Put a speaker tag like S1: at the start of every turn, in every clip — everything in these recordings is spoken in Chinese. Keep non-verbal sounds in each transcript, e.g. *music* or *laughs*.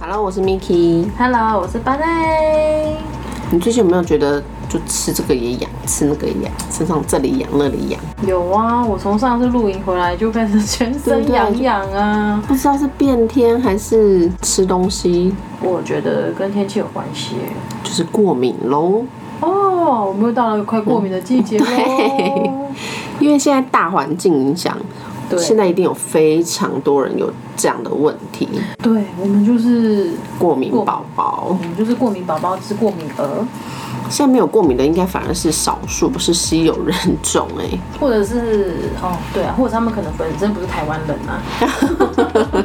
S1: Hello，我是 Miki。
S2: Hello，我是巴奈。
S1: 你最近有没有觉得就吃这个也痒，吃那个也痒，身上这里痒那里痒，
S2: 有啊，我从上次露营回来就开始全身
S1: 对啊
S2: 痒痒啊。
S1: 不知道是变天还是吃东西
S2: 我觉得跟天气有关系耶。
S1: 就是过敏喽？
S2: 哦，我们又到了快过敏的季节喽。
S1: 因为现在大环境影响，
S2: 对
S1: 现在一定有非常多人有这样的问题，
S2: 对，我们就是
S1: 过敏
S2: 过敏
S1: 宝宝
S2: 我。们就是过敏宝宝，是过敏儿，
S1: 现在没有过敏的应该反而是少数，不是稀有人种哎、
S2: 或者是哦，对啊，或者他们可能本身不是台湾人 *laughs* 啊。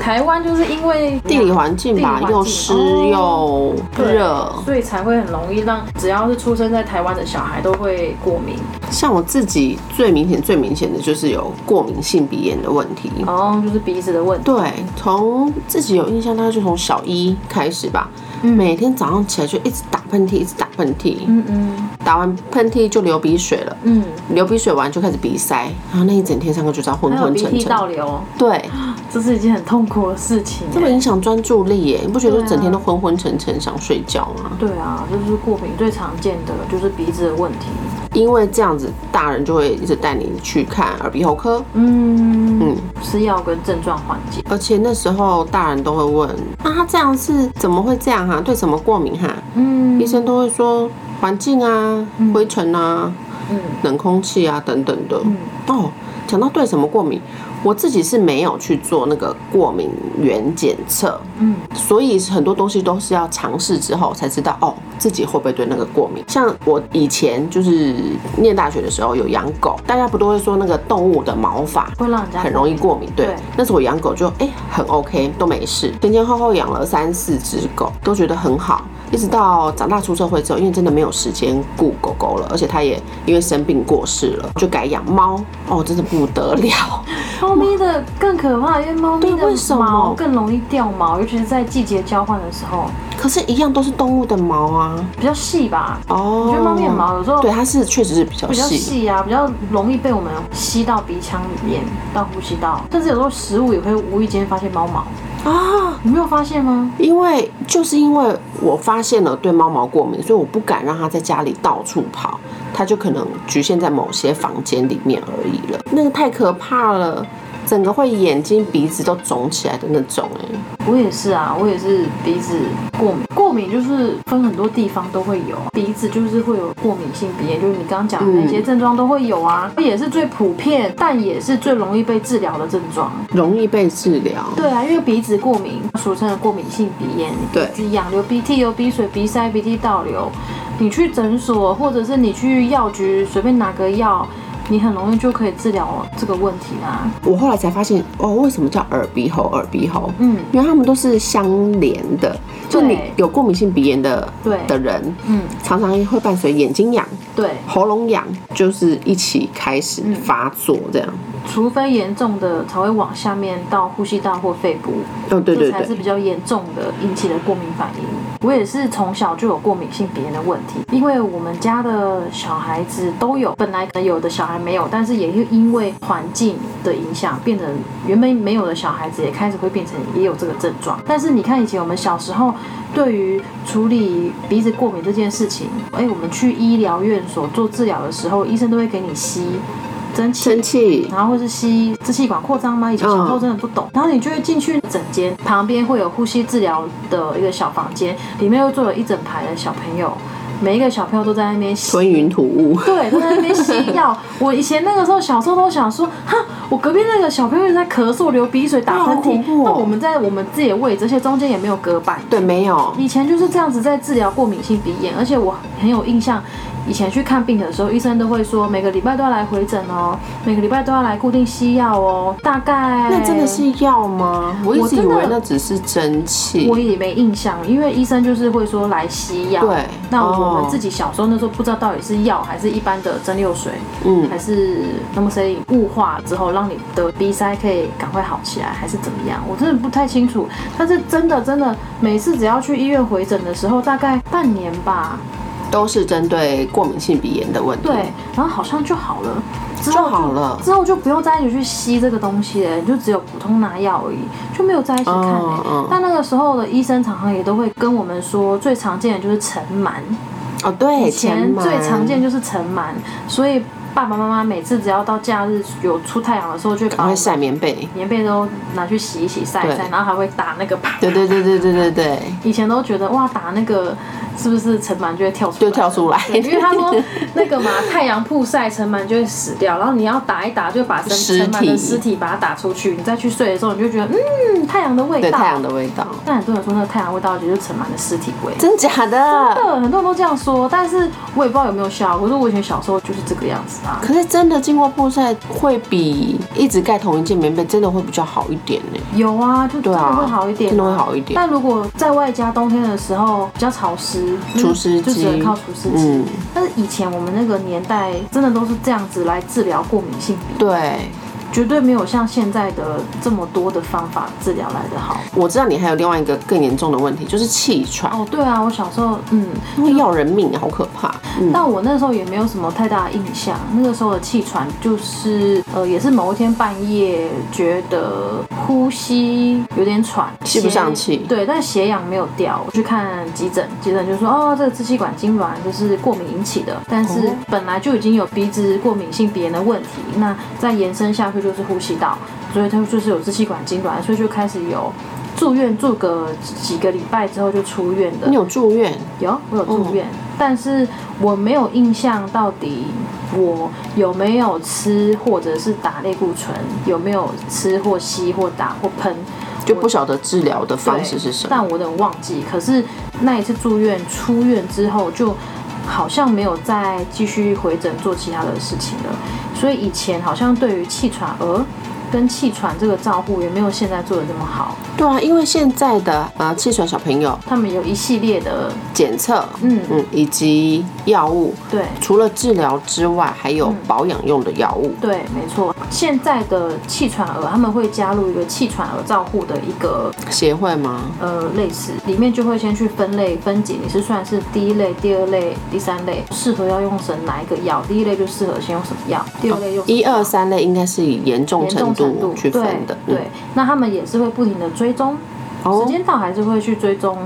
S2: 台湾就是因为
S1: 地理环境吧，
S2: 地理环境
S1: 又湿又
S2: 哦
S1: 热。
S2: 所以才会很容易让只要是出生在台湾的小孩都会过敏。
S1: 像我自己最明显、最明显的就是有过敏性鼻炎的问题。
S2: 哦，就是鼻子的问题。
S1: 对，从自己有印象，大概就从小一开始吧。每天早上起来就一直打喷嚏，一直打喷嚏，
S2: 嗯嗯
S1: 打完喷嚏就流鼻水了，
S2: 嗯，
S1: 流鼻水完就开始鼻塞，然后那一整天上课就这样昏
S2: 还有
S1: 昏
S2: 鼻
S1: 沉
S2: 涕
S1: 沉。
S2: 倒流，
S1: 对，
S2: 这是一件很痛苦的事情耶。
S1: 这么影响专注力耶，你不觉得
S2: 对啊
S1: 整天都昏昏沉沉，想睡觉吗？
S2: 对啊，这就是过敏最常见的就是鼻子的问题。
S1: 因为这样子，大人就会一直带你去看耳鼻喉科。
S2: 嗯，
S1: 嗯，
S2: 吃药跟症状缓解。
S1: 而且那时候大人都会问，啊，他这样是怎么会这样哈、对什么过敏哈、啊
S2: 嗯
S1: 医生都会说环境啊、灰尘啊、
S2: 嗯
S1: 冷空气啊等等的。
S2: 嗯
S1: 哦，讲到对什么过敏，我自己是没有去做那个过敏原检测，
S2: 嗯，
S1: 所以很多东西都是要尝试之后才知道哦，自己会不会对那个过敏。像我以前就是念大学的时候有养狗，大家不都会说那个动物的毛发
S2: 会让人家
S1: 很容易过敏，对
S2: 对。
S1: 那时候我养狗就哎、很 OK，都没事，前前后后养了三四只狗，都觉得很好。一直到长大出社会之后，因为真的没有时间顾狗狗了，而且它也因为生病过世了，就改养猫。哦，真的不得了，
S2: 猫咪的更可怕，因为猫咪
S1: 对为什
S2: 的
S1: 么
S2: 毛更容易掉毛，尤其是在季节交换的时候，
S1: 可是，一样都是动物的毛啊。
S2: 比较细吧。
S1: 哦，
S2: 我觉得猫咪的毛有时候
S1: 对，它是确实是比较
S2: 比较
S1: 细。
S2: 细啊，比较容易被我们吸到鼻腔里面，到呼吸道，甚至有时候食物也会无意间发现猫毛。
S1: 啊。
S2: 你没有发现吗？
S1: 因为就是因为我发现了对猫毛过敏，所以我不敢让它在家里到处跑，它就可能局限在某些房间里面而已了。那个太可怕了，整个会眼睛、鼻子都肿起来的那种、哎，
S2: 我也是啊，我也是鼻子过敏，过敏就是分很多地方都会有，鼻子就是会有过敏性鼻炎，就是你刚刚讲的那
S1: 嗯
S2: 些症状都会有啊，这也是最普遍，但也是最容易被治疗的症状。
S1: 容易被治疗。
S2: 对啊，因为鼻子过敏，俗称的过敏性鼻炎，
S1: 对
S2: 鼻子痒、流鼻涕、流鼻水、鼻塞、鼻涕倒流。你去诊所，或者是你去药局随便拿个药，你很容易就可以治疗这个问题啦。
S1: 我后来才发现，哦，为什么叫耳鼻喉？耳鼻喉，
S2: 嗯，
S1: 因为它们都是相连的，就
S2: 对
S1: 你有过敏性鼻炎的
S2: 对
S1: 的人，
S2: 嗯，
S1: 常常会伴随眼睛痒、
S2: 对，
S1: 喉咙痒，就是一起开始
S2: 嗯
S1: 发作这样。
S2: 除非严重的才会往下面到呼吸道或肺部，
S1: 哦，对对
S2: 这才
S1: 对
S2: 是。比较严重的引起的过敏反应。我也是从小就有过敏性鼻炎的问题，因为我们家的小孩子都有，本来可能有的小孩没有，但是也是因为环境的影响，变成原本没有的小孩子也开始会变成也有这个症状。但是你看以前我们小时候对于处理鼻子过敏这件事情，哎，我们去医疗院所做治疗的时候，医生都会给你吸蒸汽
S1: 生气，
S2: 然后或是吸支气管扩张吗？以前小时候真的不懂，然后你就会进去诊间，旁边会有呼吸治疗的一个小房间，里面又坐了一整排的小朋友，每一个小朋友都在那边吸。
S1: 吞云吐雾。
S2: 对，都在那边吸药。我以前那个时候小时候都想说，哈，我隔壁那个小朋友一直在咳嗽、流鼻水、打喷
S1: 好恐
S2: 嚏，
S1: 怖哦
S2: 那我们在我们自己的位置，而且中间也没有隔板，
S1: 对，没有，
S2: 以前就是这样子在治疗过敏性鼻炎，而且我很有印象，以前去看病的时候，医生都会说每个礼拜都要来回诊哦，每个礼拜都要来固定吸药哦，大概
S1: 那真的。是药吗？我一
S2: 我
S1: 直
S2: 真的
S1: 以为那只是蒸汽
S2: 我。也没印象，因为医生就是会说来吸药。
S1: 对
S2: 那我
S1: 哦
S2: 们自己小时候那时候不知道到底是药还是一般的蒸馏水，
S1: 嗯
S2: 还是那么所以雾化之后让你的鼻塞可以赶快好起来，还是怎么样？我真的不太清楚。但是真的真的，每次只要去医院回诊的时候，大概半年吧，
S1: 都是针对过敏性鼻炎的问题。
S2: 对，然后好像就好了。之
S1: 就
S2: 后
S1: 好了。
S2: 之后就不用在一起去吸这个东西了，你就只有普通拿药而已，就没有在一起看、欸
S1: 嗯嗯
S2: 但那个时候的医生常常也都会跟我们说，最常见的就是尘螨，
S1: 哦，对，
S2: 以前
S1: 前
S2: 最常见
S1: 就
S2: 就是尘螨，所以爸爸妈妈每次只要到假日有出太阳的时候，就会把
S1: 赶快晒棉被。
S2: 棉被都拿去洗一洗、晒一晒，
S1: 对
S2: 然后还会打那个啪。
S1: 对对对对对对对，
S2: 以前都觉得哇，打那个是不是尘螨就会跳出
S1: 就
S2: 来？
S1: 跳出来。
S2: *laughs* 对，因为他说那个嘛，太阳曝晒尘螨就会死掉，然后你要打一打，就把尘
S1: 尸
S2: 尘螨的
S1: 体
S2: 尸体把它打出去，你再去睡的时候，你就觉得嗯，太阳的
S1: *laughs*
S2: 味
S1: 对
S2: 道。
S1: 太阳的味道，
S2: 但很多人说那个太阳味道就是尘螨的尸体味。
S1: 真假
S2: 真
S1: 的？
S2: 的，很多人都这样说，但是我也不知道有没有效。可是我以前小时候就是这个样子啊。
S1: 可是真的经过曝晒，会比一直盖同一件棉被真的会比较好一点呢。
S2: 有啊，就真
S1: 对
S2: 的
S1: 啊，
S2: 会好一点
S1: 真。的会好一点。
S2: 但如果在外加冬天的时候比较潮湿，
S1: 除湿
S2: 就只
S1: 机
S2: 能靠除湿机。
S1: 嗯，
S2: 但是以前我们那个年代，真的都是这样子来治疗过敏性鼻，
S1: 对，
S2: 绝对没有像现在的这么多的方法治疗来的好。
S1: 我知道你还有另外一个更严重的问题，就是气喘，
S2: 哦，对啊，我小时候，嗯，
S1: 会要人命，好可怕。嗯，
S2: 但我那时候也没有什么太大的印象。那个时候的气喘就是，呃，也是某一天半夜觉得呼吸有点喘，
S1: 吸不上气
S2: 血对，但血氧没有掉。我去看急诊，急诊就说，哦，这个支气管痉挛就是过敏引起的，但是
S1: 哦
S2: 本来就已经有鼻子过敏性鼻炎的问题，那再延伸下去就是呼吸道，所以它就是有支气管痉挛，所以就开始有。住院住个几个礼拜之后就出院的
S1: 你，有住院，
S2: 有，我有住院，但是我没有印象到底我有没有吃或者是打类固醇，有没有吃或吸或打或喷
S1: 就不晓得治疗的方式是什么。
S2: 但我有点忘记。可是那一次住院出院之后，就好像没有再继续回诊做其他的事情了。所以以前好像对于气喘儿跟气喘这个照护也没有现在做的这么好，
S1: 对啊，因为现在的呃气喘小朋友
S2: 他们有一系列的
S1: 检测，
S2: 嗯
S1: 嗯，以及药物，
S2: 对。
S1: 除了治疗之外，还
S2: 嗯
S1: 有保养用的药物。
S2: 对，没错。现在的气喘儿他们会加入一个气喘儿照护的一个
S1: 协会吗？
S2: 呃类似，里面就会先去分类分解，你是算是第一类、第二类、第三类，适合要用什哪一个药？第一类就适合先用什么药，第二类用什
S1: 哦
S2: 么
S1: 一
S2: 药
S1: 二。三类应该是以严重
S2: 严
S1: 程
S2: 重程
S1: 度去
S2: 对
S1: 分的，
S2: 对
S1: 嗯，
S2: 那他们也是会不停的追踪，时
S1: 哦，
S2: 间到还是会去追踪，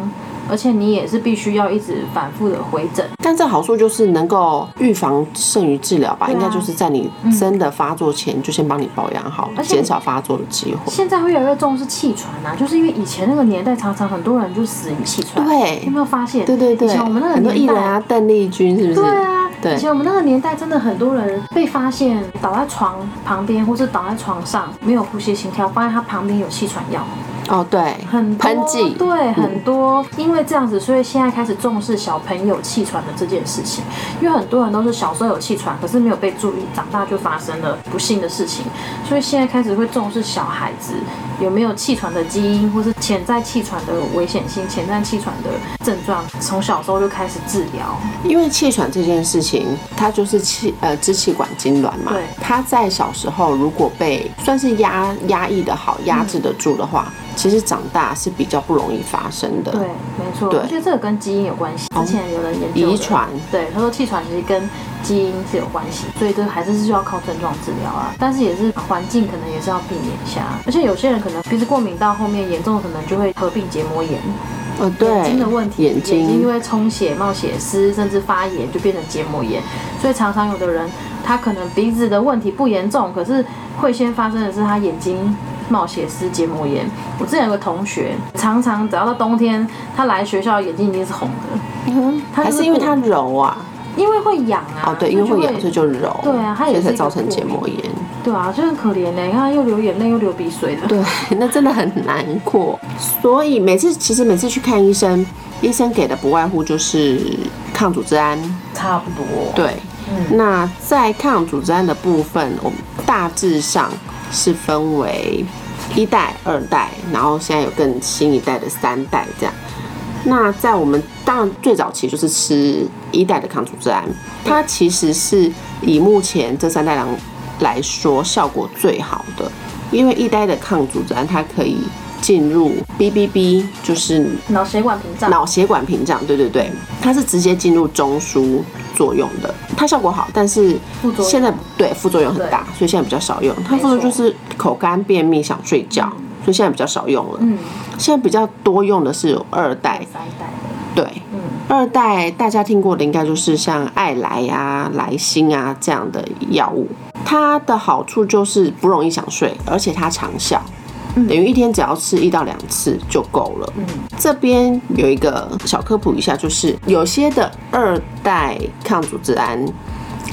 S2: 而且你也是必须要一直反复的回诊，
S1: 但这好处就是能够预防胜于治疗吧，
S2: 对啊
S1: 应该就是在你真的发作前就先帮你保养好
S2: 而，且
S1: 减少发作的机会。
S2: 现在会越来越重视气喘啊，就是因为以前那个年代，常常很多人就死于气喘。
S1: 对
S2: 有没有发现？
S1: 对对对，
S2: 以前我们那个
S1: 很多艺
S2: 年
S1: 人
S2: 代，
S1: 啊，邓丽君是不是？
S2: 对啊，
S1: 对
S2: 以前我们那个年代真的很多人被发现倒在床旁边，或是倒在床上没有呼吸心跳，发现他旁边有气喘药，
S1: 哦对，
S2: 很多
S1: 喷剂，
S2: 对，很多、因为这样子，所以现在开始重视小朋友气喘的这件事情，因为很多人都是小时候有气喘，可是没有被注意，长大就发生了不幸的事情，所以现在开始会重视小孩子有没有气喘的基因，或是潜在气喘的危险性、潜在气喘的症状，从小时候就开始治疗。
S1: 因为气喘这件事情，它就是气呃支气管痉挛嘛
S2: 对。
S1: 它在小时候如果被算是压压抑的好，压制得住的话，
S2: 嗯
S1: 其实长大是比较不容易发生的。
S2: 对，没错，
S1: 对哦
S2: 我觉得这个跟基因有关系。之前有人研究了
S1: 遗，传
S2: 对，他说气喘其实跟基因是有关系，所以这还是需要靠症状治疗啊。但是也是环境可能也是要避免一下，而且有些人可能鼻子过敏到后面严重，可能就会合并结膜炎，
S1: 呃对
S2: 眼睛的问题，
S1: 眼睛
S2: 因为充血、冒血丝，甚至发炎，就变成结膜炎。所以常常有的人，他可能鼻子的问题不严重，可是会先发生的是他眼睛。冒血丝结膜炎，我之前有个同学，常常只要到冬天，他来学校眼睛一定是红的，它
S1: 还
S2: 就是
S1: 是因为它揉啊，
S2: 因为会痒啊。
S1: 哦对，因
S2: 所
S1: 为
S2: 以就
S1: 会痒所以就揉，
S2: 对啊它
S1: 所
S2: 也
S1: 以
S2: 是
S1: 才
S2: 一个
S1: 造成
S2: 过
S1: 结
S2: 敏
S1: 膜炎。
S2: 对啊，就很可怜呢、你看他又流眼泪又流鼻水的。
S1: 对， *laughs* 那真的很难过。所以每次其实每次去看医生，医生给的不外乎就是抗组织胺，
S2: 差不多。
S1: 对，那在抗组织胺的部分，我们大致上是分为一代、二代，然后现在有更新一代的三代这样。那在我们当然最早期就是吃一代的抗组织胺，它其实是以目前这三代来来说效果最好的。因为一代的抗组织胺它可以进入 BBB，就是
S2: 脑血管屏障，
S1: 脑血管屏障，对对对，
S2: 嗯
S1: 它是直接进入中枢作用的，它效果好，但是
S2: 副作用
S1: 现在对副作用很大，所以现在比较少用。它副作用就是口干、便秘、想睡觉，所以现在比较少用了。
S2: 嗯，
S1: 现在比较多用的是有二代，
S2: 三代的，
S1: 对，
S2: 嗯，
S1: 二代大家听过的应该就是像艾莱啊、莱辛啊这样的药物，它的好处就是不容易想睡，而且它长效，
S2: 嗯
S1: 等于一天只要吃一到两次就够了。
S2: 嗯
S1: 这边有一个小科普一下，就是有些的二代抗组织胺，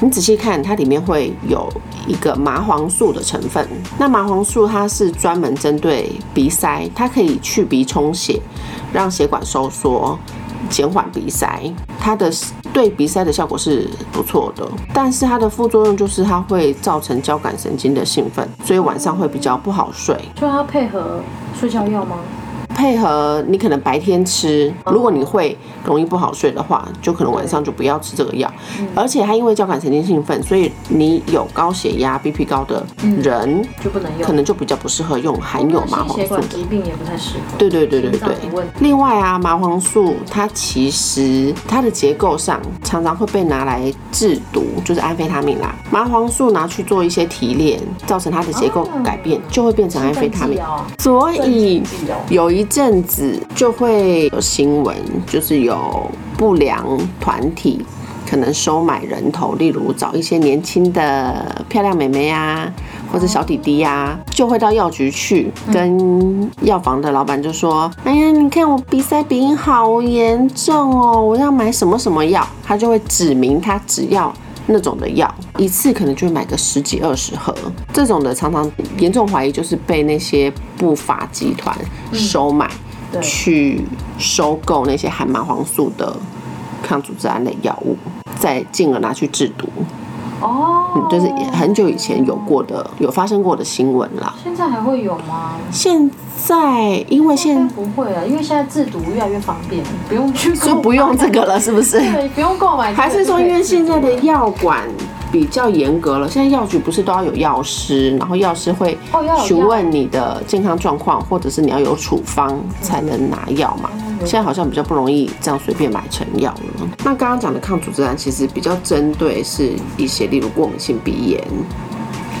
S1: 你仔细看它里面会有一个麻黄素的成分。那麻黄素它是专门针对鼻塞，它可以去鼻充血，让血管收缩。减缓鼻塞，它的对鼻塞的效果是不错的，但是它的副作用就是它会造成交感神经的兴奋，所以晚上会比较不好睡。
S2: 所以它配合睡觉药吗？
S1: 配合你可能白天吃，如果你会容易不好睡的话，就可能晚上就不要吃这个药。
S2: 嗯
S1: 而且它因为交感神经兴奋，所以你有高血压、BP 高的人，
S2: 就不能用，
S1: 可能就比较不适合用含有麻
S2: 心
S1: 黄
S2: 血
S1: 素
S2: 管
S1: 的。
S2: 疾病也不太适合，
S1: 对对对对
S2: 心脏
S1: 对
S2: 有问题。
S1: 另外啊，麻黄素它其实它的结构上常常会被拿来制毒，就是安非他命啦。麻黄素拿去做一些提炼，造成它的结构改变，就会变成安非他嗯命。
S2: 哦，
S1: 所以
S2: 镇静剂
S1: 有
S2: 哦
S1: 一阵子就会有新闻，就是有不良团体可能收买人头，例如找一些年轻的漂亮妹妹啊，或者小弟弟呀、就会到药局去跟药房的老板就说：“哎呀，你看我鼻塞鼻音好严重哦，我要买什么什么药。”他就会指明他只要那种的药，一次可能就买个十几二十盒。这种的常常严重怀疑就是被那些不法集团收买，
S2: 对
S1: 去收购那些含麻黄素的抗组织胺类药物，再进而拿去制毒。
S2: 哦
S1: 嗯，这是很久以前有过的、有发生过的新闻啦。
S2: 现在还会有吗？
S1: 现在因为
S2: 应
S1: 现
S2: 该不会啊，因为现在制毒越来越方便，不用去购
S1: 就
S2: 买
S1: 不用这个了，是不是？
S2: 对，不用购买这个就可
S1: 还
S2: 以
S1: 是
S2: 制毒了，
S1: 说，因为现在的药管比较严格了，现在药局不是都要有药师，然后药师会
S2: 哦要有药
S1: 询问你的健康状况，或者是你要有处方才能拿药嘛？
S2: 嗯
S1: 现在好像比较不容易这样随便买成药了。那刚刚讲的抗组织胺其实比较针对是一些例如过敏性鼻炎、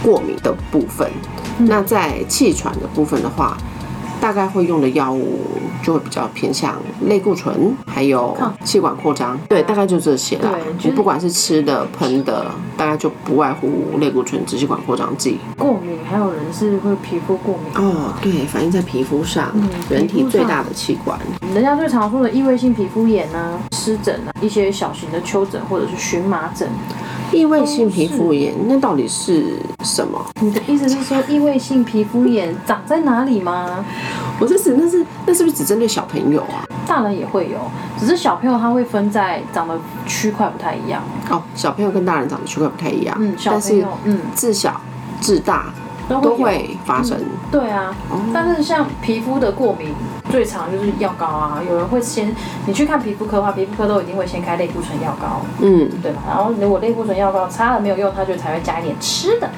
S1: 过敏的部分。那在气喘的部分的话，大概会用的药物就会比较偏向类固醇，还有
S2: 抗
S1: 气管扩张，对，大概就这些啦
S2: 哦对。就是
S1: 你不管是吃的、喷的，大概就不外乎类固醇、支气管扩张剂。
S2: 过敏，还有人是会皮肤过敏。
S1: 哦，对，反映在皮肤上，
S2: 嗯
S1: 人体最大的器官。
S2: 人家最常说的异位性皮肤炎啊、湿疹啊、一些小型的丘疹或者是荨麻疹。
S1: 异位性皮肤炎，
S2: 哦
S1: 那到底是什么？
S2: 你的意思是说异位性皮肤炎长在哪里吗？
S1: 我是指那是那是不是只针对小朋友啊？
S2: 大人也会有，只是小朋友他会分在长的区块不太一样。
S1: 哦，小朋友跟大人长得区块不太一样，
S2: 嗯，小
S1: 但
S2: 朋
S1: 是
S2: 友，嗯，
S1: 自小至大
S2: 都会
S1: 都
S2: 有
S1: 会哦发生。
S2: 对啊，但是像皮肤的过敏，最常就是药膏啊。有人会先，你去看皮肤科的话，皮肤科都一定会先开类固醇药膏，
S1: 嗯，
S2: 对吧？然后如果类固醇药膏擦了没有用，它就才会加一点吃的。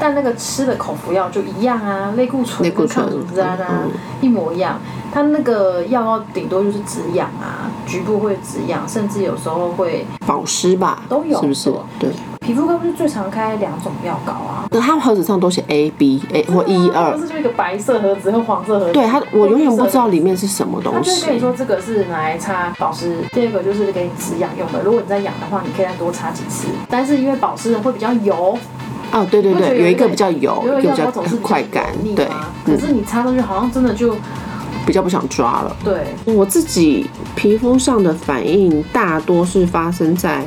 S2: 但那个吃的口服药就一样啊，类固醇
S1: 类固
S2: 跟
S1: 醇
S2: 抗组织胺啊、
S1: 嗯
S2: 一模一样。它那个药膏顶多就是止痒啊，局部会止痒，甚至有时候会
S1: 保湿吧，
S2: 都有
S1: 是不是
S2: 做？
S1: 对。
S2: 皮肤科不是最常开两种药膏啊，
S1: 那它盒子上都写 A B A 或一
S2: 不
S1: 二，
S2: 是就一个白色盒子和黄色盒子。
S1: 对它我永远不知道
S2: 里。
S1: 里面是什么
S2: 他
S1: 东
S2: 就是跟你
S1: 西。
S2: 说这个是拿来擦保湿，第二个就是给你止痒用的。如果你在痒的话，你可以再多擦几次。但是因为保湿的会比较油，
S1: 哦，对对
S2: 会觉
S1: 对，
S2: 得
S1: 有一个比较油，
S2: 因
S1: 一
S2: 为
S1: 个
S2: 药
S1: 哦比较
S2: 膏总是比较
S1: 快感
S2: 油腻，
S1: 对
S2: 嘛，啊可
S1: 嗯，
S2: 是你擦上去好像真的就
S1: 比较不想抓了。
S2: 对，
S1: 我自己皮肤上的反应大多是发生在，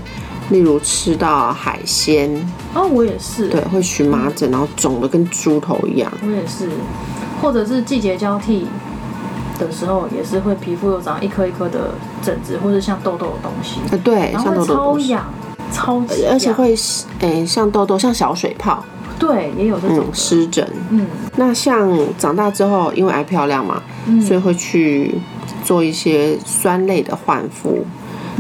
S1: 例如吃到海鲜，
S2: 啊，我也是，
S1: 对，会荨麻疹，然后肿的跟猪头一样。
S2: 我也是，或者是季节交替的时候，也是会皮肤有长一颗一颗的疹子，或者像痘痘的东西，
S1: 呃，对，
S2: 然
S1: 像痘痘
S2: 后会
S1: 的
S2: 超
S1: 东西，
S2: 痒，超级痒，
S1: 而且会，诶、像痘痘，像小水泡，
S2: 对，也有这种
S1: 嗯，
S2: 的，
S1: 湿疹。
S2: 嗯，
S1: 那像长大之后，因为爱漂亮嘛，
S2: 嗯
S1: 所以会去做
S2: 嗯
S1: 一些酸类的焕肤。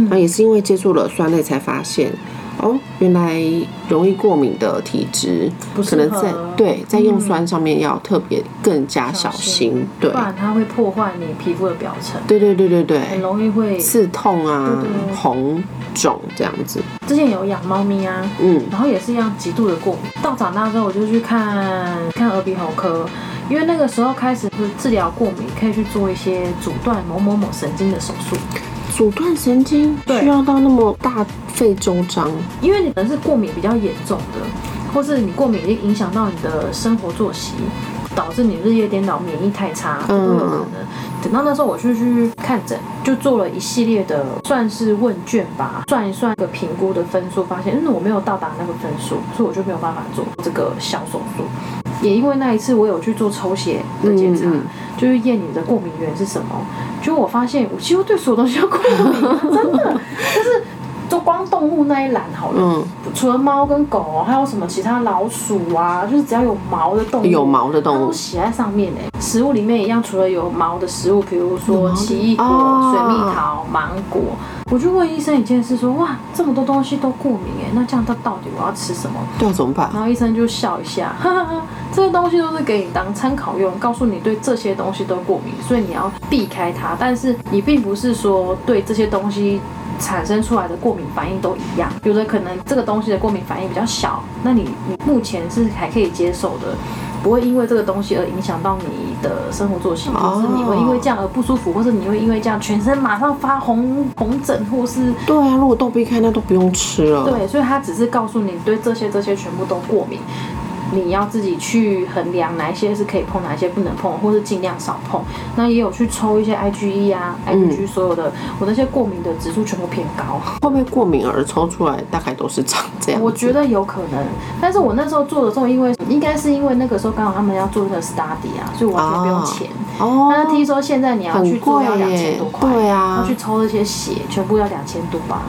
S1: 那、也是因为接触了酸类才发现，哦，哦，原来容易过敏的体质
S2: 不，适
S1: 可
S2: 合嗯
S1: 能在对在用酸上面要特别更加小心。对
S2: 不，然它会破坏你皮肤的表层，
S1: 对对对对
S2: 很
S1: 对，
S2: 容易会。
S1: 刺痛啊
S2: 对对对、
S1: 红肿这样子。
S2: 之前有养猫咪啊，
S1: 嗯，
S2: 然后也是一样极度的过敏。到长大之后，我就去看看耳鼻喉科，因为那个时候开始就是治疗过敏，可以去做一些阻断某某某神经的手术。
S1: 阻断神经
S2: 对
S1: 需要到那么大费周章，
S2: 因为你可能是过敏比较严重的，或是你过敏已经影响到你的生活作息，导致你日夜颠倒，免疫太差，
S1: 嗯
S2: 这都有可能。等到那时候我去去看诊，就做了一系列的算是问卷吧，算一算一个评估的分数，发现嗯我没有到达那个分数，所以我就没有办法做这个小手术。也因为那一次我有去做抽血的检查，
S1: 嗯嗯
S2: 就是验你的过敏源是什么，结果我发现我几乎对所有东西都过敏，真的，就是就光动物那一栏好了，
S1: 嗯，
S2: 除了猫跟狗、啊还有什么其他老鼠啊，就是只要有毛的动物，
S1: 有毛的
S2: 它
S1: 动
S2: 都
S1: 物，
S2: 写在上面诶。食物里面一样，除了有毛的食物，比如说奇异果、
S1: 哦
S2: 水蜜桃、芒果。我就问医生一件事说哇，这么多东西都过敏诶，那这样到到底我要吃什么？
S1: 对啊，怎么办？
S2: 然后医生就笑一下，哈哈哈，这些东西都是给你当参考用，告诉你对这些东西都过敏，所以你要避开它。但是你并不是说对这些东西产生出来的过敏反应都一样，有的可能这个东西的过敏反应比较小，那你你目前是还可以接受的。不会因为这个东西而影响到你的生活作息，或是你会因为这样而不舒服，或是你会因为这样全身马上发红红疹，或是
S1: 对啊，如果痘避开那都不用吃了。
S2: 对，所以他只是告诉你对这些这些全部都过敏，你要自己去衡量哪一些是可以碰，哪一些不能碰，或是尽量少碰。那也有去抽一些 IgE 啊、IgG 所有的，我那些过敏的指数全部偏高，
S1: 会不会过敏而抽出来大概都是长这样子？
S2: 我觉得有可能。但是我那时候做的时候，因为应该是因为那个时候刚好他们要做那个 study 啊，所以完全不用钱。
S1: 哦，
S2: 但是听说现在你要去
S1: 很
S2: 做
S1: 贵
S2: 要两千
S1: 耶
S2: 多，块，
S1: 对啊
S2: 要去，抽这些血，全部要两千多吧。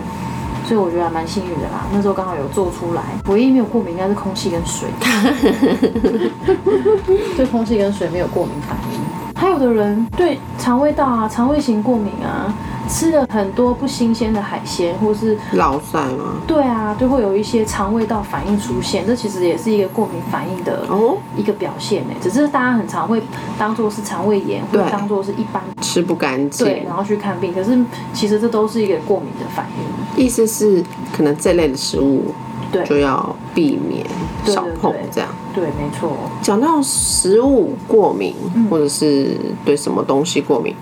S2: 所以我觉得还蛮幸运的啦，那时候刚好有做出来，唯一没有过敏应该是空气跟
S1: *laughs*
S2: 水，对空气跟水没有过敏反应。还有的人对肠胃道啊、肠胃型过敏啊，吃了很多不新鲜的海鲜，或是
S1: 老塞吗？
S2: 对啊，就会有一些肠胃道反应出现，这其实也是一个过敏反应的
S1: 哦，
S2: 一个表现呢、只是大家很常会当做是肠胃炎，或者
S1: 对
S2: 当做是一般
S1: 吃不干
S2: 对，
S1: 净
S2: 然，后去看病。可是其实这都是一个过敏的反应，
S1: 意思是可能这类的食物
S2: 对
S1: 就要避免
S2: 对
S1: 少碰
S2: 对对
S1: 这样。
S2: 对，没错，
S1: 讲到食物过敏，或者是对什么东西过敏，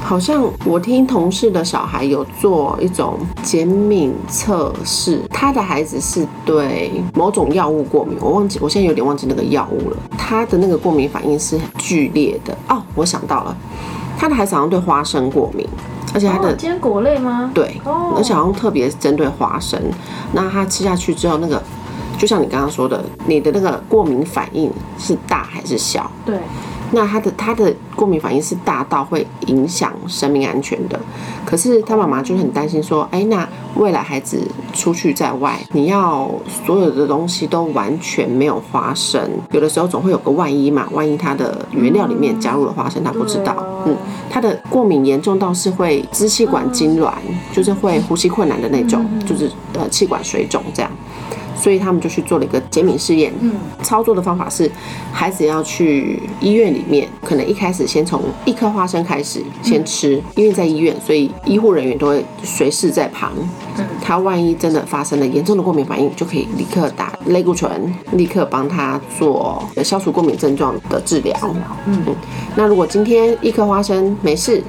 S1: 好像我听同事的小孩有做一种减敏测试，他的孩子是对某种药物过敏，我忘记，我现在有点忘记那个药物了。他的那个过敏反应是很剧烈的哦，我想到了，他的孩子好像对花生过敏，而且他的
S2: 哦，坚果类吗？
S1: 对，
S2: 哦
S1: 而且好像特别针对花生，那它吃下去之后，那个就像你刚刚说的，你的那个过敏反应是大还是小？
S2: 对，
S1: 那它的它的过敏反应是大到会影响生命安全的，可是他妈妈就很担心说，哎，那未来孩子出去在外，你要所有的东西都完全没有花生，有的时候总会有个万一嘛，万一它的原料里面加入了花生，他不知道
S2: 对啊，
S1: 嗯，他的过敏严重到是会支气管痉挛，就是会呼吸困难的那种，就是呃气管水肿这样。所以他们就去做了一个减敏试验。嗯，操作的方法是，孩子要去医院里面，可能一开始先从一颗花生开始先吃，因为在医院，所以医护人员都会随侍在旁。他万一真的发生了严重的过敏反应，就可以立刻打类固醇，立刻帮他做消除过敏症状的治疗。
S2: 嗯，
S1: 那如果今天一颗花生没事，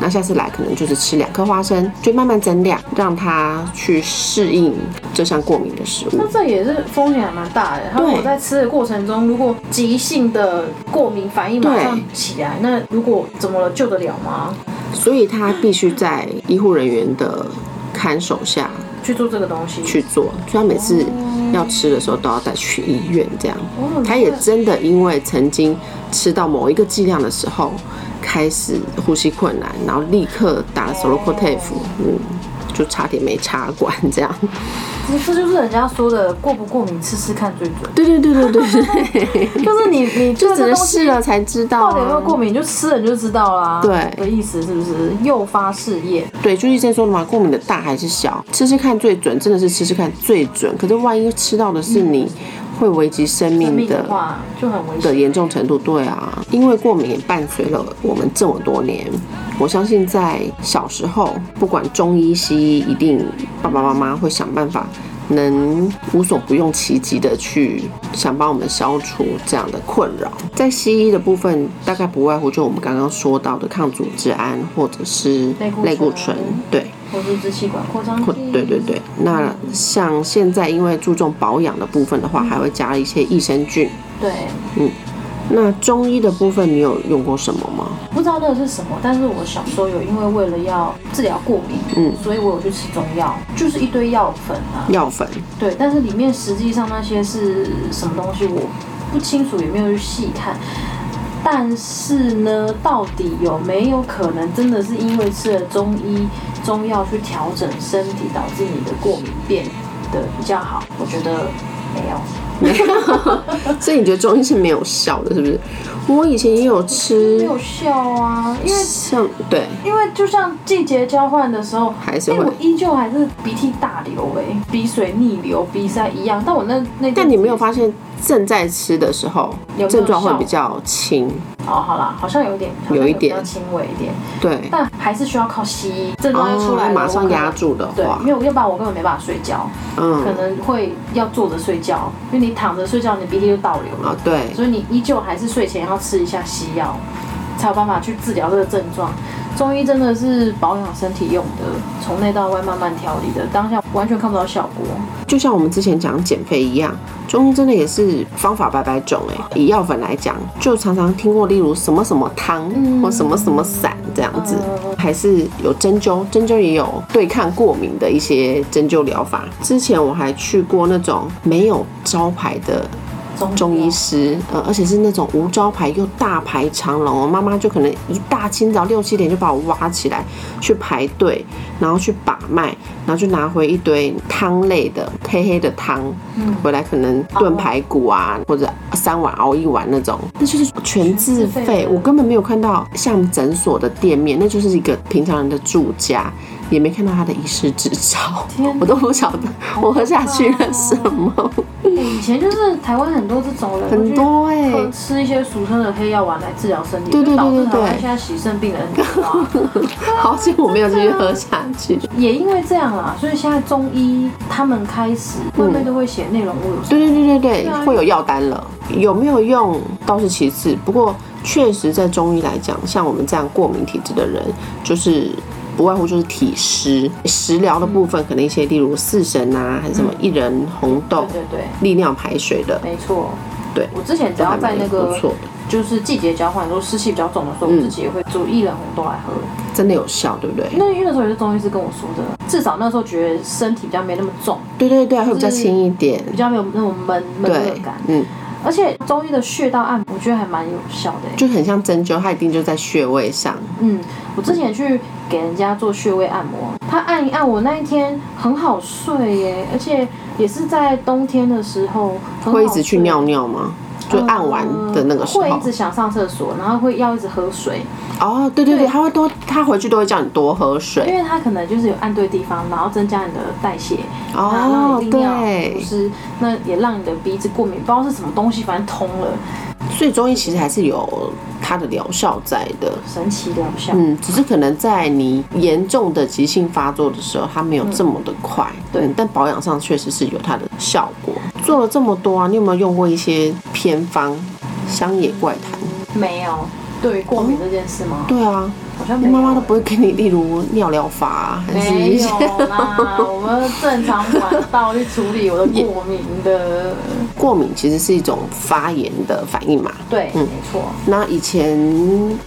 S1: 那下次来可能就是吃两颗花生，就慢慢增量，让他去适应这项过敏的食物
S2: 那。这也是风险还蛮大的。他
S1: 对
S2: 我在吃的过程中，如果急性的过敏反应马
S1: 对
S2: 上起来，那如果怎么了救得了吗？
S1: 所以他必须在医护人员的看守下
S2: 去做这个东西，
S1: 去做，所以他每次要吃的时候都要带去医院这样。
S2: 哦
S1: 他也真的因为曾经吃到某一个剂量的时候，开始呼吸困难，然后立刻打了 s o l o c o t a f 嗯，就差点没插管这
S2: *laughs*
S1: 样。
S2: 这这就是人家说的过不过敏，吃吃看
S1: *laughs*
S2: 最准。
S1: 对对对对对对，
S2: 就是你你
S1: 就只
S2: 对这
S1: 能
S2: 东西
S1: 试了才知道、
S2: 到底有没有过
S1: 啊。
S2: 敏，你就吃了你就知道啦。
S1: 对
S2: 的意思是不是诱发事业？
S1: 对，就医生说的嘛，过敏的大还是小，吃吃看最准，真的是吃吃看最准。可是万一吃到的是你会危及生
S2: 生
S1: 命
S2: 病
S1: 的
S2: 的话就很危
S1: 的
S2: 险。
S1: 严重程度，对啊，因为过敏也伴随了我们这么多年。我相信在小时候，不管中医西医，一定爸爸妈妈会想办法，能无所不用其极的去想帮我们消除这样的困扰。在西医的部分，大概不外乎就我们刚刚说到的抗组织胺或者是
S2: 类固醇嗯
S1: 类固醇，对。
S2: 或是支气管扩张
S1: 或
S2: 剂。
S1: 对对对，那像现在因为注重保养的部分的话，还会加一些益生菌，
S2: 对，
S1: 那中医的部分，你有用过什么吗？
S2: 不知道那个是什么，但是我小时候有因为为了要治疗过敏，
S1: 嗯
S2: 所以我有去吃中药，就是一堆药粉啊。
S1: 药
S2: *laughs*
S1: 粉，
S2: 对，但是里面实际上那些是什么东西我不清楚，也没有去细看。但是呢，到底有没有可能真的是因为吃了中医中药去调整身体，导致你的过敏变得比较好？我觉得没有。
S1: 所以你觉得中医是没有效的，是不是？我以前也有
S2: 没
S1: 吃，
S2: 有效啊，因为
S1: 像对，
S2: 因为就像季节交换的时候，
S1: 还是
S2: 哎
S1: 会
S2: 我依旧还是鼻涕大流哎、鼻水逆流、鼻塞一样，但我那那阵
S1: 但你没有发现正在吃的时候
S2: 有没有
S1: 症状会
S2: 效
S1: 比较轻，
S2: 哦，好啦，好像有点，好像
S1: 有一
S2: 比较
S1: 点
S2: 轻微一点，
S1: 对，
S2: 但还是需要靠西医症状要出来了、
S1: 哦马上
S2: 我可能
S1: 压。住的
S2: 对，
S1: 话
S2: 因，为要不然我根本没办法睡觉，可
S1: 嗯，
S2: 能会要坐着睡觉，因为你躺着睡觉，你鼻涕就倒流了，
S1: 啊对，
S2: 所以你依旧还是睡前要吃一下西药，才有办法去治疗这个症状。中医真的是保养身体用的，从内到外慢慢调理的，当下完全看不到效果。
S1: 就像我们之前讲减肥一样，中医真的也是方法百百种哎、以药粉来讲，就常常听过，例如什么什么汤
S2: 嗯
S1: 或什么什么散这样子
S2: 嗯，
S1: 还是有针灸，针灸也有对抗过敏的一些针灸疗法。之前我还去过那种没有招牌的
S2: 中啊
S1: 中医
S2: 药
S1: 师，呃，而且是那种无招牌又大排长龙哦。妈妈就可能一大清早六七点就把我挖起来去排队，然后去把脉，然后就拿回一堆汤类的黑黑的汤，
S2: 嗯
S1: 回来可能炖排骨啊，或者三碗熬一碗那种，那就是全自
S2: 全自费
S1: 费
S2: 的。
S1: 我根本没有看到像诊所的店面，那就是一个平常人的住家。也没看到他的医师执照
S2: 天哪，
S1: 我都不晓得我喝下去
S2: 哦
S1: 了什么，
S2: 哎以前就是台湾很多这种人，
S1: 很多哎、
S2: 喝吃一些俗称的黑药丸来治疗身体，
S1: 对对
S2: 就导致
S1: 对对
S2: 台湾
S1: 对
S2: 现在洗肾病人很
S1: *laughs*
S2: 多啊。
S1: 好险我没有继续喝下去。
S2: 也因为这样啦，所以现在中医他们开始外面都会写内容物有
S1: 嗯
S2: 什
S1: 对
S2: 么。
S1: 对对对
S2: 对
S1: 对
S2: 啊，
S1: 会有药单了，有没有用倒是其次。不过确实在中医来讲，像我们这样过敏体质的人，就是。不外乎就是体湿，食疗的部分可能一些，例如四神啊，还是什么薏仁、红豆
S2: 对、对对，
S1: 利尿排水的，
S2: 没错。
S1: 对
S2: 我之前只
S1: 都还
S2: 要在
S1: 蛮
S2: 那
S1: 不
S2: 个
S1: 错的，
S2: 就是季节交换的时候，湿气比较重的时候，我
S1: 嗯
S2: 自己也会煮薏仁红豆来喝。
S1: 真的有效，对不对？
S2: 那因为那时候也是中医师跟我说的，至少那时候觉得身体比较没那么重，
S1: 对对对，会比较轻一点，
S2: 比较没有那种闷闷热
S1: 对
S2: 感。，
S1: 嗯，
S2: 而且中医的穴道按摩，我觉得还蛮有效的欸、
S1: 就很像针灸，它一定就在穴位上，
S2: 嗯，我之前去给人家做穴位按摩，他按一按，我那一天很好睡耶，而且也是在冬天的
S1: 哦
S2: 时候，很好
S1: 会一直去
S2: 睡
S1: 尿尿吗？就按完的那个时候，
S2: 呃会一直想上厕所，然后会要一直喝水，
S1: 哦，对对对，
S2: 对
S1: 他会多，他回去都会叫你多喝
S2: 因
S1: 水。
S2: 为他可能就是有按对地方，然后增加你的代谢，然后让
S1: 哦
S2: 你，利尿不
S1: 对，
S2: 湿，那也让你的鼻子过敏，不知道是什么东西，反正通了，
S1: 所以中医其实还是有它的疗效在的。
S2: 神奇疗效。
S1: 嗯，只是可能在你严重的急性发作的时候，它没有这么的快。
S2: 对
S1: 嗯但保养上确实是有它的效果。做了这么多啊，你有没有用过一些偏方？乡野怪谈，
S2: 没有，对于过敏这件事吗？
S1: 对啊，
S2: 好像没
S1: 你
S2: 有
S1: 妈妈都
S2: 欸
S1: 不会给你，例如尿疗法、啊，还是
S2: 没
S1: 一些
S2: 有啦，我们正常管道去处理我的过敏
S1: *laughs*
S2: 的。
S1: *laughs* 过敏，其实是一种发炎的反应嘛。
S2: 对，没错。
S1: 那以前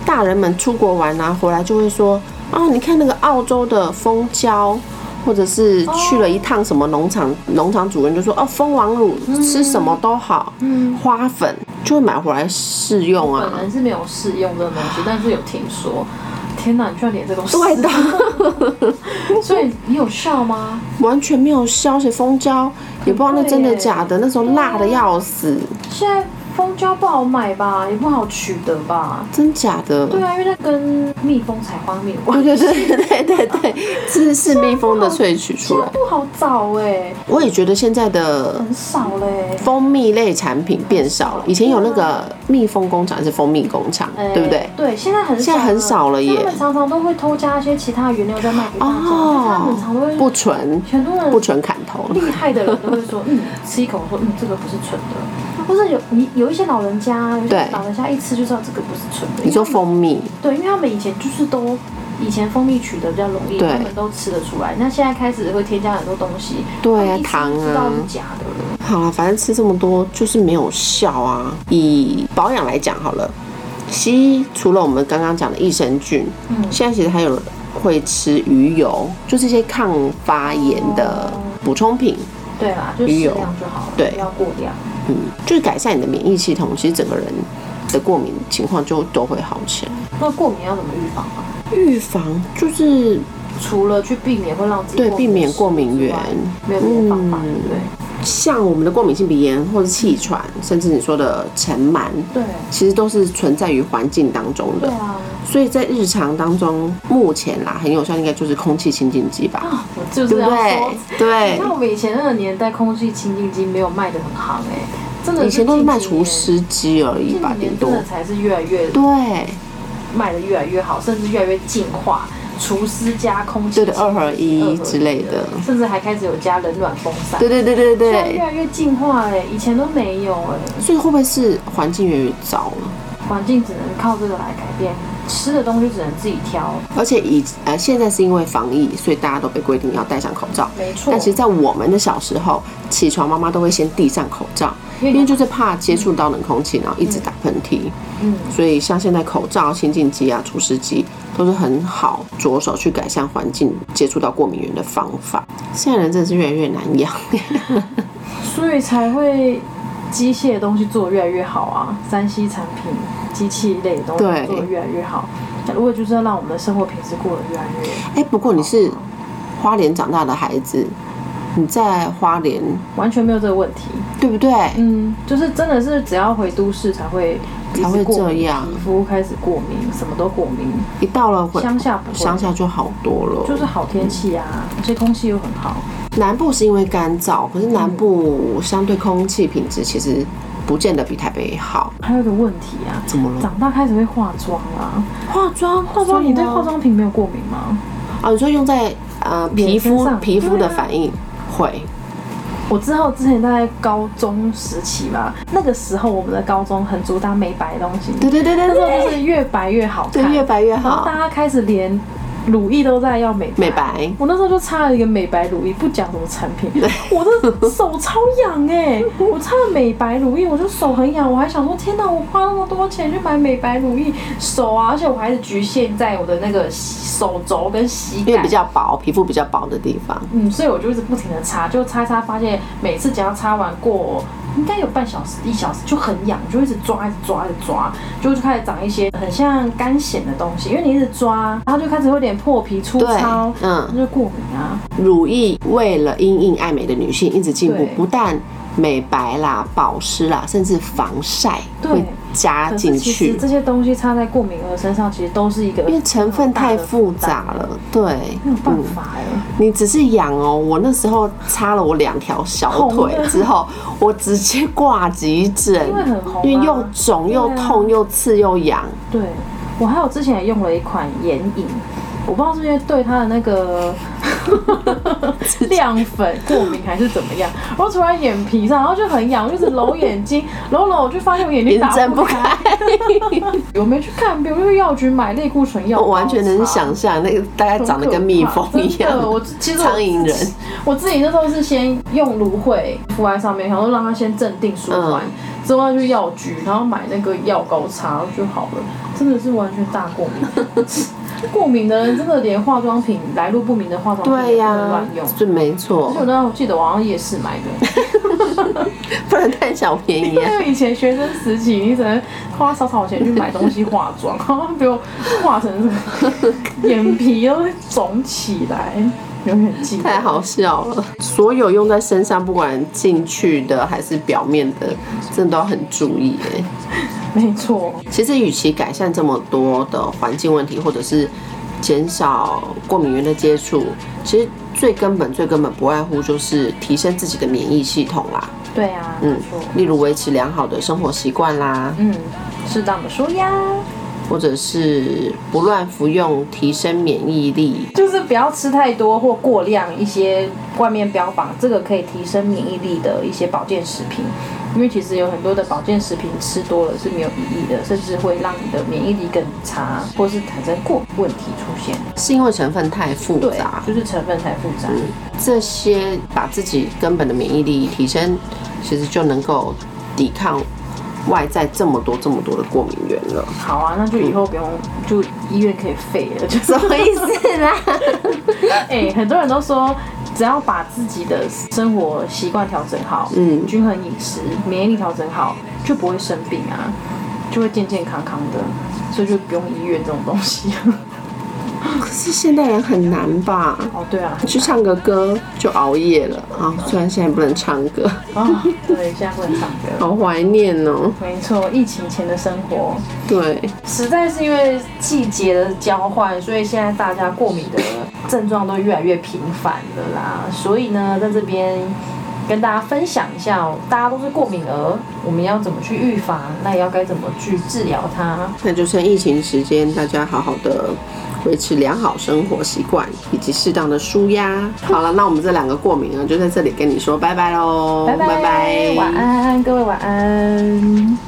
S1: 大人们出国玩啊，回来就会说，哦，你看那个澳洲的蜂胶，或者是去了一趟
S2: 嗯
S1: 什么农场，农场主人就说，哦，蜂王乳吃什么都好，
S2: 嗯
S1: 花粉，就会买回来试用
S2: 本
S1: 啊。
S2: 人是没有试用这个东西，但是有听说。天哪，你居然连这都试？
S1: 对的，
S2: *laughs* 所以你有效吗？
S1: 完全没有消，而且蜂胶也不知道那真的假
S2: 啊
S1: 的，那时候辣的要死，
S2: 现在蜂胶不好买吧，也不好取得吧？
S1: 真假的。
S2: 对啊，因为那跟蜜蜂采花蜜有关
S1: 对对对对对
S2: *laughs*
S1: 对，
S2: 啊
S1: 是是蜜蜂的萃取
S2: 现
S1: 出
S2: 在
S1: 来。
S2: 不好找哎、
S1: 我也觉得现在的
S2: 很少嘞、
S1: 蜂蜜类产品变少了，以前有那个蜜蜂工厂还是蜂蜜工厂，
S2: 哎
S1: *laughs* 对不对？？
S2: 对，现在很
S1: 现在很少了耶哦
S2: 他们常常都会偷加一些其他原料再卖给大家，就是嗯他们常会
S1: 不纯，
S2: 很多人
S1: 不纯砍头了。
S2: 厉害的人都会
S1: *laughs*
S2: 说，嗯，吃一口说，嗯，这个不是纯的，或者有你有一些老人家，有些
S1: 对
S2: 老人家一吃就知道这个不是纯的。
S1: 你说
S2: 因为他们
S1: 蜂蜜，
S2: 对，因为他们以前就是都以前蜂蜜取得比较容易，
S1: 对
S2: 他们都吃得出来。那现在开始会添加很多东西，
S1: 对啊
S2: 他们一
S1: 糖啊
S2: 吃就知道是假的了。
S1: 好了，反正吃这么多就是没有效啊。以保养来讲好了，西医除了我们刚刚讲的益生菌，
S2: 嗯
S1: 现在其实还有会吃鱼油，就是一些抗发炎的
S2: 哦
S1: 补充品。
S2: 对啦，就适
S1: 鱼油
S2: 量就好了，
S1: 对
S2: 不要过量。
S1: 嗯，就是改善你的免疫系统，其实整个人的过敏情况就都会好起来。
S2: 那过敏要怎么预防啊？
S1: 预防就是
S2: 除了去避免会让自己
S1: 对
S2: 过敏
S1: 避免过敏
S2: 之
S1: 源
S2: 外，没有别的方法，对不对？
S1: 像我们的过敏性鼻炎或者气喘，甚至你说的尘螨，
S2: 嗯对
S1: 其实都是存在于环境当中
S2: 对
S1: 的。
S2: 啊
S1: 所以在日常当中，目前啦很有效，应该就是空气清净剂吧，
S2: 啊！我
S1: 对
S2: 就是
S1: 不
S2: 要说
S1: 对，？对
S2: 像，我们以前那个年代，空气清净机没有卖的很行哎、真的
S1: 以前都是卖
S2: 近几年
S1: 除，湿机而已
S2: 近
S1: 吧
S2: 几，
S1: 顶
S2: 年
S1: 多
S2: 真。的才是越来越
S1: 对
S2: 卖的越来越好，甚至越来越进化，除湿加空气
S1: 对的，二合一之类的。
S2: 甚至还开始有加冷暖风扇，
S1: 对对对对
S2: 现在越
S1: 对。
S2: 来越进化哎、以前都没有哎、
S1: 所以会不会是环境越来越糟了？
S2: 环境只能靠这个来改变，吃的东西只能自己挑，
S1: 而且以呃现在是因为防疫，所以大家都被规定要戴上口罩。
S2: 没错
S1: 但。其实，在我们的小时候，起床妈妈都会先递上口罩，
S2: 因为
S1: 因为就是怕接触到冷空气，然后一直打喷嚏。
S2: 嗯，
S1: 所以像现在口罩、清净机啊、除湿机都是很好着手去改善环境接触到过敏源的方法。现在人真的是越来越难 *laughs* 养，
S2: 所以才会机械的东西做得越来越好啊，三 C 产品、机器类的东西
S1: 对
S2: 做得越来越好。如果就是要让我们的生活品质过得越来越
S1: 哎、不过你是花莲长大的孩子，你在花莲
S2: 完全没有这个问题，
S1: 对不对？
S2: 嗯，就是真的是只要回都市才会
S1: 才会
S2: 一直过敏
S1: 这样
S2: 皮肤开始过敏，什么都过敏。
S1: 一到了回
S2: 乡下不会
S1: 乡下就好多了，
S2: 就是好天气啊，而且空气又很好，
S1: 南部是因为干燥，可是南部相对空气品质其实不见得比台北好。
S2: 还有一个问题啊，
S1: 怎么了？
S2: 长大开始会化妆啊，
S1: 化妆，化
S2: 化妆你对化妆品没有过敏吗？
S1: 啊？你说用在呃
S2: 脸
S1: 皮肤
S2: 身上
S1: 皮肤的
S2: 对啊
S1: 反应会。
S2: 我之后之前在高中时期吧，那个时候我们的高中很主打美白的东西，
S1: 对对对对
S2: 那时候
S1: 对
S2: 就，是越白越好
S1: 对
S2: 看，
S1: 越白越
S2: 然后
S1: 好
S2: 大。家开始连乳液都在要美白
S1: 美白
S2: 我那时候就擦了一个美白乳液，不讲什么产品，我的手超痒
S1: *laughs*
S2: 哎、我擦了美白乳液，我就手很痒，我还想说天哪，我花那么多钱去买美白乳液，手啊，而且我还是局限在我的那个手肘跟膝
S1: 因为
S2: 盖
S1: 比。较薄，皮肤比较薄的地方，
S2: 嗯，所以我就一直不停的擦，就擦一擦，发现每次只要擦完过，应该有半小时、一小时就很痒，就一直抓、一直抓、一直抓，就就开始长一些很像干癣的东西，因为你一直抓，然后就开始会有点破皮、粗
S1: 对
S2: 糙，
S1: 嗯
S2: 那就过敏啊。
S1: 乳液为了因应爱美的女性一直进步
S2: 对，
S1: 不但美白啦、保湿啦，甚至防晒
S2: 对
S1: 会加
S2: 可
S1: 进
S2: 是其实
S1: 去，
S2: 这些东西擦在过敏儿身上，其实都是一个
S1: 因为成分太复杂
S2: 很大
S1: 了。
S2: 的负担，
S1: 嗯对，
S2: 没有办法哎、
S1: 你只是痒哦。我那时候擦了我两条小
S2: 红
S1: 腿
S2: 的
S1: 之后，我直接挂急诊，
S2: 因为很红啊
S1: 因为又肿又
S2: 对啊
S1: 痛又刺又痒。
S2: 对我还有之前也用了一款眼影，我不知道是因为对它的
S1: *laughs*
S2: 那个亮粉过敏还是怎么样，我涂在眼皮上，然后就很痒，我就是揉眼睛，揉揉我就发现我眼睛
S1: 眼
S2: 打
S1: 睁
S2: 不
S1: 不
S2: 开。 *laughs*
S1: 开，
S2: 我没去看病，我就去药局买类固醇药，
S1: 我完全能想
S2: 象。
S1: 象那个大概长得跟蜜蜂一
S2: 真的
S1: 样。
S2: 我其实我
S1: 苍蝇人，
S2: 我自己那时候是先用芦荟敷在上面，然后让它先镇定舒
S1: 嗯
S2: 缓，之后要去药局，然后买那个药膏擦就好了。真的是完全大过敏，过敏 *laughs* 的人真的连化妆品来路不明的化妆品
S1: 对
S2: 也不
S1: 呀、
S2: 能乱用。
S1: 是没
S2: 而
S1: 错
S2: 且。我那时候记得我好像夜市买的，
S1: 不能贪小便宜、
S2: 因 *laughs*
S1: 啊。
S2: 为以前学生时期，你只能花少少钱去买东西化妆， *laughs* 然后被我化成这个 *laughs* 眼皮都肿起来，永远记得。
S1: 太好笑了！所有用在身上，不管进去的还是表面的，真的都要很注意耶。
S2: 没错，
S1: 其实，与其改善这么多的环境问题，或者是减少过敏源的接触，其实最根本、最根本不外乎就是提升自己的免疫系统啦。
S2: 对啊，没
S1: 嗯
S2: 错，，
S1: 例如维持良好的生活习惯啦，
S2: 嗯，适当的说呀，
S1: 或者是不乱服用提升免疫力。
S2: 就是不要吃太多或过量一些外面标榜这个可以提升免疫力的一些保健食品。因为其实有很多的保健食品吃多了是没有意义的，甚至会让你的免疫力更差，或是产生过敏问题出现。
S1: 是因为成分太复
S2: 对啊
S1: 杂，，
S2: 嗯就是成分太复杂。
S1: 这些把自己根本的免疫力提升，其实就能够抵抗外在这么多这么多的过敏源了。
S2: 好啊，那就以后不用，就医院可以废了， *laughs* 就
S1: *laughs*
S2: 是
S1: 什么意思啦？
S2: *laughs* 哎、很多人都说，只要把自己的生活习惯调整好，
S1: 嗯
S2: 均衡饮食，免疫力调整好，就不会生病啊，就会健健康康的，所以就不用医院这种东西。 *laughs*
S1: 可是现代人很难吧？
S2: 哦，对啊，
S1: 去唱个歌就熬夜了啊！虽然现在不能唱歌，
S2: 啊，对，现在不能唱歌。
S1: 好怀念哦。
S2: 没错，疫情前的生活，
S1: 对，
S2: 实在是因为季节的交换，所以现在大家过敏的症状都越来越频繁了啦。所以呢，在这边跟大家分享一下、哦，大家都是过敏儿，我们要怎么去预防？那也要该怎么去治疗它？
S1: 那就趁疫情时间，大家好好的维持良好生活习惯以及适当的舒压。好了，那我们这两个过敏呢，就在这里跟你说拜拜喽，
S2: 拜拜，晚安，各位晚安。